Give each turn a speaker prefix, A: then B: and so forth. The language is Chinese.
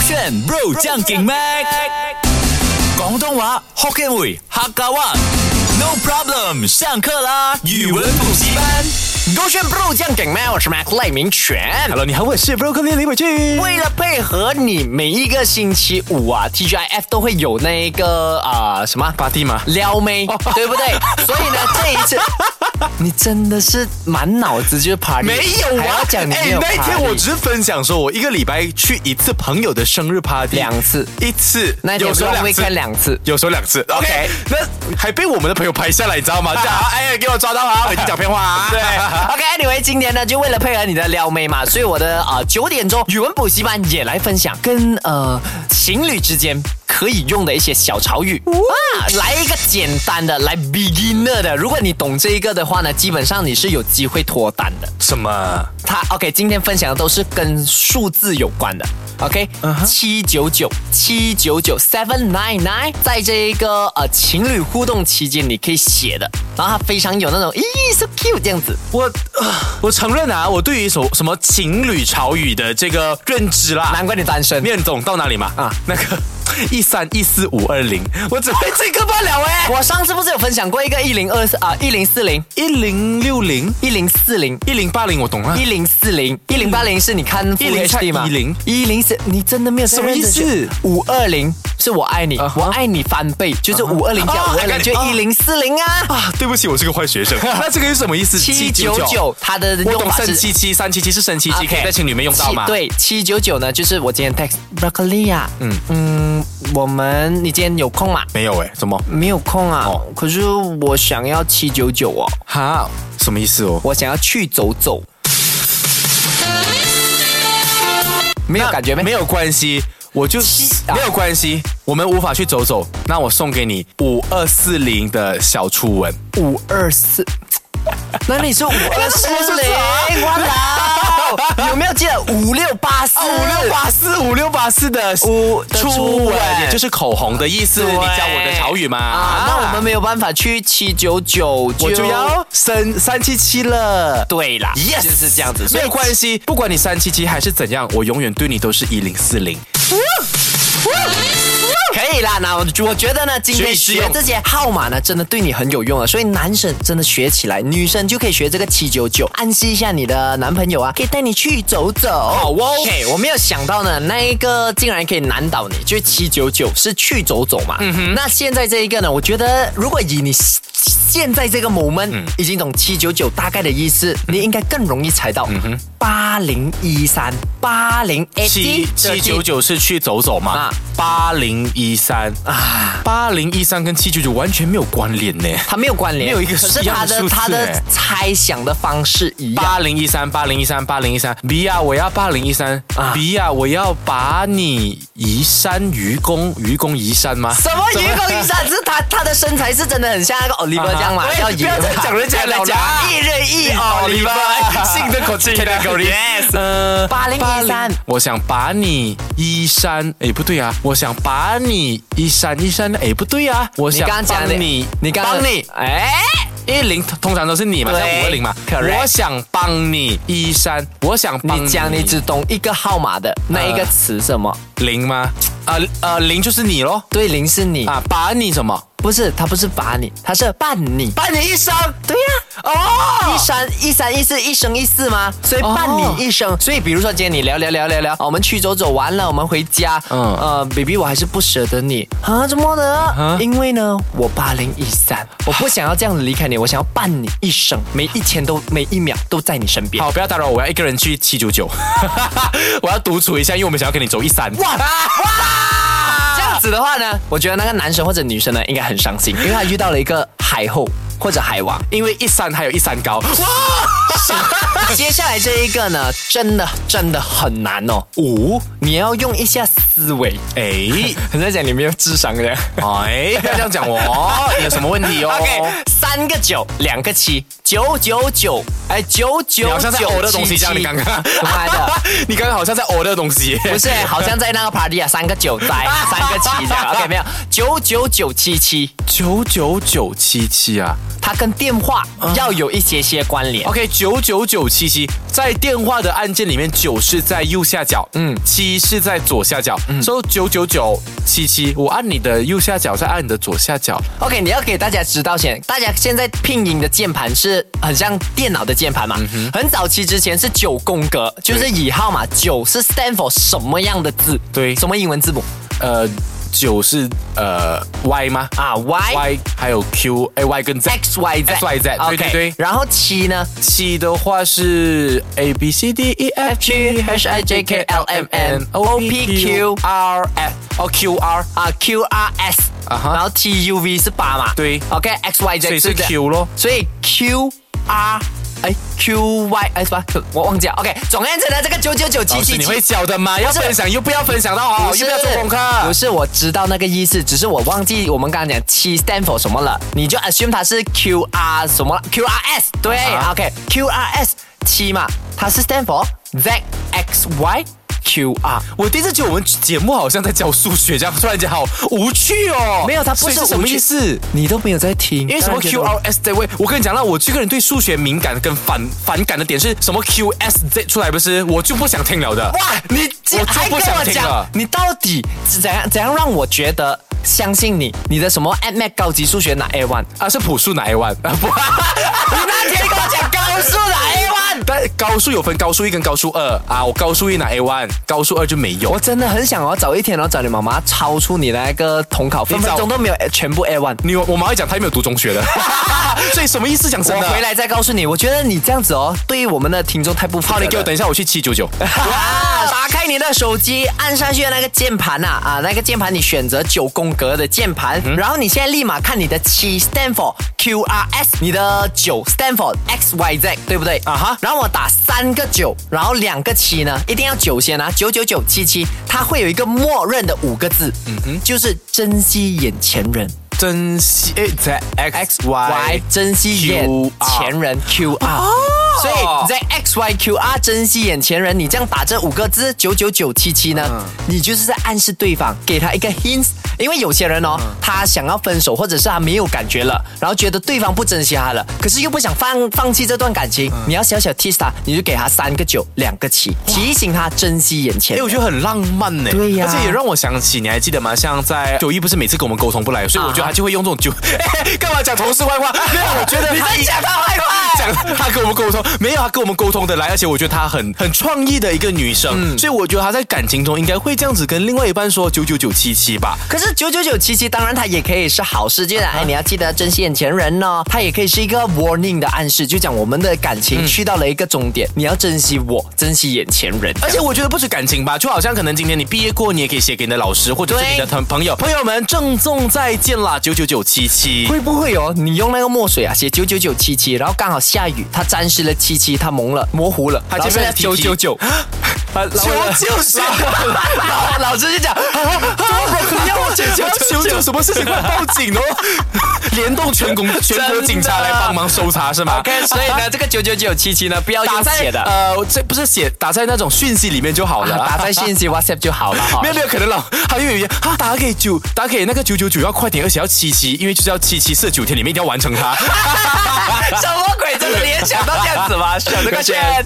A: 选 Bro 将劲 Mac，广东话 Hokkien 语客家话。No problem，上课啦！语文补习班。
B: 勾选 Bro 酱梗麦，我是 Mac 赖明全。
C: Hello，你好，我是 Broccoli 李伟俊。
B: 为了配合你，每一个星期五啊，TGIF 都会有那个啊、呃什么
C: 巴蒂吗？
B: 撩妹，对不对？所以呢，这一次你真的是满脑子就是 party，
C: 没有
B: 还
C: 啊
B: 要，讲你没
C: 哎
B: 有 party。
C: 那一天我只是分享说，我一个礼拜去一次朋友的生日 party，
B: 两次
C: 一次，
B: 那天
C: 有时候
B: 我
C: 两
B: 会看
C: 次。
B: 两次，
C: 有时候两次
B: OK
C: 那还被我们的朋友拍下来，你知道 吗？讲啊哎，给我抓到啊，我已经讲骗话啊。
B: 对，OK，Anyway，、今天呢就为了配合你的撩妹嘛，所以我的啊九、9点钟语文补习班也来分享跟呃情侣之间可以用的一些小潮语、啊，来一个简单的，来 beginner 的。如果你懂这一个的话呢，基本上你是有机会脱单的。
C: 什么？
B: 它 OK，今天分享的都是跟数字有关的。OK，七九九七九九 seven nine nine，在这一个呃情侣互动期间，你可以写的，然后它非常有那种咦 so cute 这样子。
C: 我啊我承认啊，我对于什么什么情侣潮语的这个认知啦，
B: 难怪你单身。
C: 面懂到哪里吗？
B: 啊
C: 啊，那个一三一四五二零，我只会这个罢了哎。
B: 我上次不是有分享过一个一零二啊一零四零
C: 一零六零、
B: 一零四零
C: 一零八零，我懂啊了
B: 一。零四零一零八零是你看
C: 10
B: Full HD 吗？
C: 10
B: 一零四，你真的没有什
C: 么意思
B: 五二零是我爱你
C: 啊哈
B: 我爱你翻倍，就是五二零加
C: 啊
B: 五二零就一零四零啊。
C: 啊，对不起，我是个坏学生。 那这个是什么意思？
B: 七九
C: 799。
B: 九，它的
C: 我
B: 用
C: 懂
B: 法
C: 生
B: 是啊
C: 七七三七七是生七七，
B: OK
C: 可以在情侣里面用到
B: 七
C: 吗？，
B: 对，七九九呢，就是我今天 text broccoli 啊，嗯嗯，我们你今天有空吗？
C: 没有哎，怎么？
B: 没有空啊，
C: 哦
B: 可是我想要七九九哦，
C: 哈，什么意思哦？
B: 我想要去走走，没有感觉没？
C: 没有关系，我就
B: 啊
C: 没有关系，我们无法去走走，那我送给你五二四零的小初吻。
B: 五二四，那你是五二四零，我老，有没有记得五六八四？
C: 啊五六八四五六八四的
B: 五的初
C: 初
B: 吻
C: 吻，也就是口红的意思。
B: 对
C: 你教我的潮语嘛？
B: 啊，那我们没有办法去七九九，
C: 我就要升三七七了。
B: 对啦
C: Yes，
B: 就是这样子，
C: 没有关系，不管你三七七还是怎样，我永远对你都是一零四零。
B: 可以啦，那我我觉得呢，今天
C: 学以致
B: 学
C: 用
B: 这些号码呢，真的对你很有用啊。所以男生真的学起来，女生就可以学这个七九九，暗示一下你的男朋友啊，可以带你去走走。好
C: 哦
B: OK，我没有想到呢，那一个竟然可以难倒你，就是七九九是去走走嘛。
C: 嗯
B: 那现在这一个呢，我觉得如果以你现在这个 moment、已
C: 嗯
B: 经懂七九九大概的意思，你应该更容易猜
C: 嗯
B: 到八零一三八零哎
C: 七七九九是去走走嘛
B: 啊？
C: 八零一三
B: 啊
C: 啊，八零一三跟七九九完全没有关联呢。
B: 它没有关联，
C: 没有一个
B: 可是
C: 一样的
B: 他的
C: 数字
B: 他的
C: 欸
B: 猜想的方式一样。
C: 八零一三八零一三八零一三比亚我要八零一三
B: 啊
C: 比亚我要把你移山愚公愚公移山吗？
B: 什么愚公移山？是他他的身材是真的很像那个 Oliver 这样嘛？
C: 对
B: 移
C: 哎不要再讲人家了啦
B: 一人一哦
C: Oliver，
B: Oliver，
C: 哦 新的 category，yes，呃，
B: 8013
C: 我想把你一山，哎，不对啊，我想把你一山一山，哎，不对啊，我
B: 你
C: 想
B: 刚刚讲
C: 帮
B: 的，
C: 你，
B: 你刚刚
C: 帮你。
B: 哎，
C: 一零通常都是你嘛，
B: 对
C: 像五二零嘛。
B: correct
C: 我想帮你一山，我想帮
B: 你讲你只懂一个号码的那一个词什么？
C: 零吗？呃呃，零就是你咯。
B: 对，零是你，
C: 啊，把你什么？
B: 不是他不是把你，他是伴你。
C: 把你一生。
B: 对呀、
C: 哦，
B: 一三一三一四一生一世吗？所以
C: 哦
B: 伴你一生。所以比如说今天你聊聊聊聊聊，啊我们去走走完了，我们回家。嗯
C: 嗯
B: 呃，baby，我还是不舍得你啊？怎么呢？因为呢，我八零一三，我不想要这样离开你，我想要伴你一生，每一天都每一秒都在你身边。
C: 好，不要打扰我，我要一个人去七九 九，我要独处一下，因为我们想要跟你走一山。哇
B: 啊这
C: 哇！
B: 样子的话呢，我觉得那个男生或者女生呢，应该很伤心，因为他遇到了一个海后或者海王。
C: 因为一山还有一山高。
B: 接下来这一个呢，真的真的很难哦，
C: 五，
B: 你要用一下思维。
C: 哎
B: 很在讲你没有智商的。
C: 哎，不要这样讲我，你有什么问题哦
B: OK，三个九，两个七，九九九，哎，九九
C: 你好像在
B: 九
C: order 东西这样，你刚刚，
B: 妈的，
C: 你刚刚好像在 order 东西耶。
B: 不是，好像在那个 party 啊，三个九仔，三个七这样，OK 没有？九九九七七，
C: 九九九七七啊
B: 它跟电话要有一些些关联。
C: ，OK，九九九七七，在电话的按键里面，九是在右下角，嗯，七是在左下角，嗯，所以九九九七七，我按你的右下角，再按你的左下角，
B: OK，你要给大家知道先，大家现在拼音的键盘是很像电脑的键盘
C: 嗯
B: 嘛？很早期之前是九宫格，就是以号嘛，九是 stand for 什么样的字？
C: 对
B: 什么英文字母
C: 呃，九是呃 Y 吗
B: 啊？Y
C: ？Y 还有 Q，哎 Y 跟 Z。
B: X Y Z
C: XYZ 对
B: OK，
C: 对对
B: 然后七呢？
C: 七的话是 A B C D E F G H I J K L M N O P Q R S 哦 Q R，
B: 啊，Q R S，
C: 啊哈
B: 然后 T U V 是八嘛？
C: 对
B: ，OK X Y
C: 所
B: Z
C: 以是 Q 咯。
B: 所以 Q R 哎 Q Y 哎什么？我忘记了。OK，总而言之呢，这个九九九七
C: 老
B: 七
C: 师，
B: 七
C: 你会教的吗？啊要分享又不要分享到好，又
B: 不是
C: 不要做功课。
B: 不是，我知道那个意思，只是我忘记我们刚刚讲七 stand for 什么了，你就 assume 它是 Q R 什么 Q R S 对、
C: 啊
B: o k Q R S 七嘛，它是 stand for Z X Y Q R。
C: 我第一次觉得我们节目好像在教数学这样，突然间好无趣哦。
B: 没有它不是
C: 所以什么
B: 无趣
C: 意思？
B: 你都没有在听，因
C: 因为什么 Q R S 这位，我跟你讲啦，我这个人对数学敏感跟反反感的点是什么 Q S Z 出来不是，我就不想听了的。
B: 哇，你这
C: 我就
B: 还
C: 不
B: 跟
C: 想
B: 我
C: 听
B: 讲
C: 了，
B: 你到底是怎样怎样让我觉得相信你？你的什么 a d m a t 高级数学拿 A one？
C: 啊，是朴素哪一万？ 啊不。
B: 你那天 跟我讲高数拿 A one，
C: 但高数有分高数一跟高数二啊，我高数一拿 A one，高数二就没有
B: 我。真的很想要早一天，然后找你妈妈超出你那个统考，分分
C: 找
B: 钟都没有全部 A one。
C: 你有我妈会讲，她没有读中学 的，所以什么意思？讲真
B: 我
C: 的，啊
B: 回来再告诉你，我觉得你这样子哦，对于我们的听众太不负责
C: 好，你
B: 任
C: 给我等一下，我去七九 九。
B: 哇！打开你的手机，按上去的那个键盘呐、啊，那个键盘你选择九宫格的键盘，然后你现在立马看你的七 stand for Q R S，你的九 stand for X Y Z，对不对？啊
C: 哈
B: 然后我打三个九，然后两个七呢，一定要九先啊，九九九七七，它会有一个默认的五个字，嗯哼，就是珍惜眼前人
C: 珍惜诶在 X Y，哦
B: 珍惜眼
C: QR
B: 前人 Q R。所以你在 X Y Q R 珍惜眼前人，你这样打这五个字九九九七七呢，
C: 嗯
B: 你就是在暗示对方，给他一个 hints。因为有些人
C: 嗯
B: 哦，他想要分手，或者是他没有感觉了，然后觉得对方不珍惜他了，可是又不想放放弃这段感情，
C: 嗯
B: 你要小小 tease 他，你就给他三个九，两个七，提醒他珍惜眼前
C: 哎，我
B: 人。
C: 觉得很浪漫呢、
B: 对呀
C: 而且也让我想起，你还记得吗？像在九一不是每次跟我们沟通不来，所以我觉得他就会用这种九， 哎干嘛讲同事坏话？没有，我觉得
B: 啊 你
C: 他
B: 在
C: 一
B: 讲他坏话
C: 讲他跟我们沟通，没有他跟我们沟通的来，而且我觉得她很很创意的一个女生，
B: 嗯
C: 所以我觉得她在感情中应该会这样子跟另外一半说九九九七七吧。
B: 可是九九九七七，当然它也可以是好事，就讲哎，你要记得珍惜眼前人哦。它也可以是一个 warning 的暗示，就讲我们的感情去到了一个终点，你要珍惜我，珍惜眼前人。
C: 而且我觉得不止感情吧，就好像可能今天你毕业过，你也可以写给你的老师或者是
B: 对
C: 你的朋朋友，朋友们郑重再见啦，九九九七七。
B: 会不会哦？你用那个墨水啊，写九九九七七，然后刚好下雨，它沾湿了七七，它蒙了，模糊了，
C: 它
B: 然后
C: 前面
B: 剩下
C: 是
B: 999。
C: 啊 就是
B: 老老师就讲，
C: 你要我解 决求救什么事情会报警哦？联动全国全国警察来帮忙搜查是吗
B: OK，所以呢，这个九九九七七呢，不要
C: 打
B: 用
C: 在
B: 写的，啊
C: 呃，这不是写打在那种讯息里面就好了，
B: 打在哦信息 WhatsApp 就好了哈
C: 没。有没有，可能老他因为他打给九，打给那个九九九要快点，而且要七七，因为就是要七七四十九 天里面一定要完成它。
B: 什么鬼？真的联想到这样子吗？小这个圈。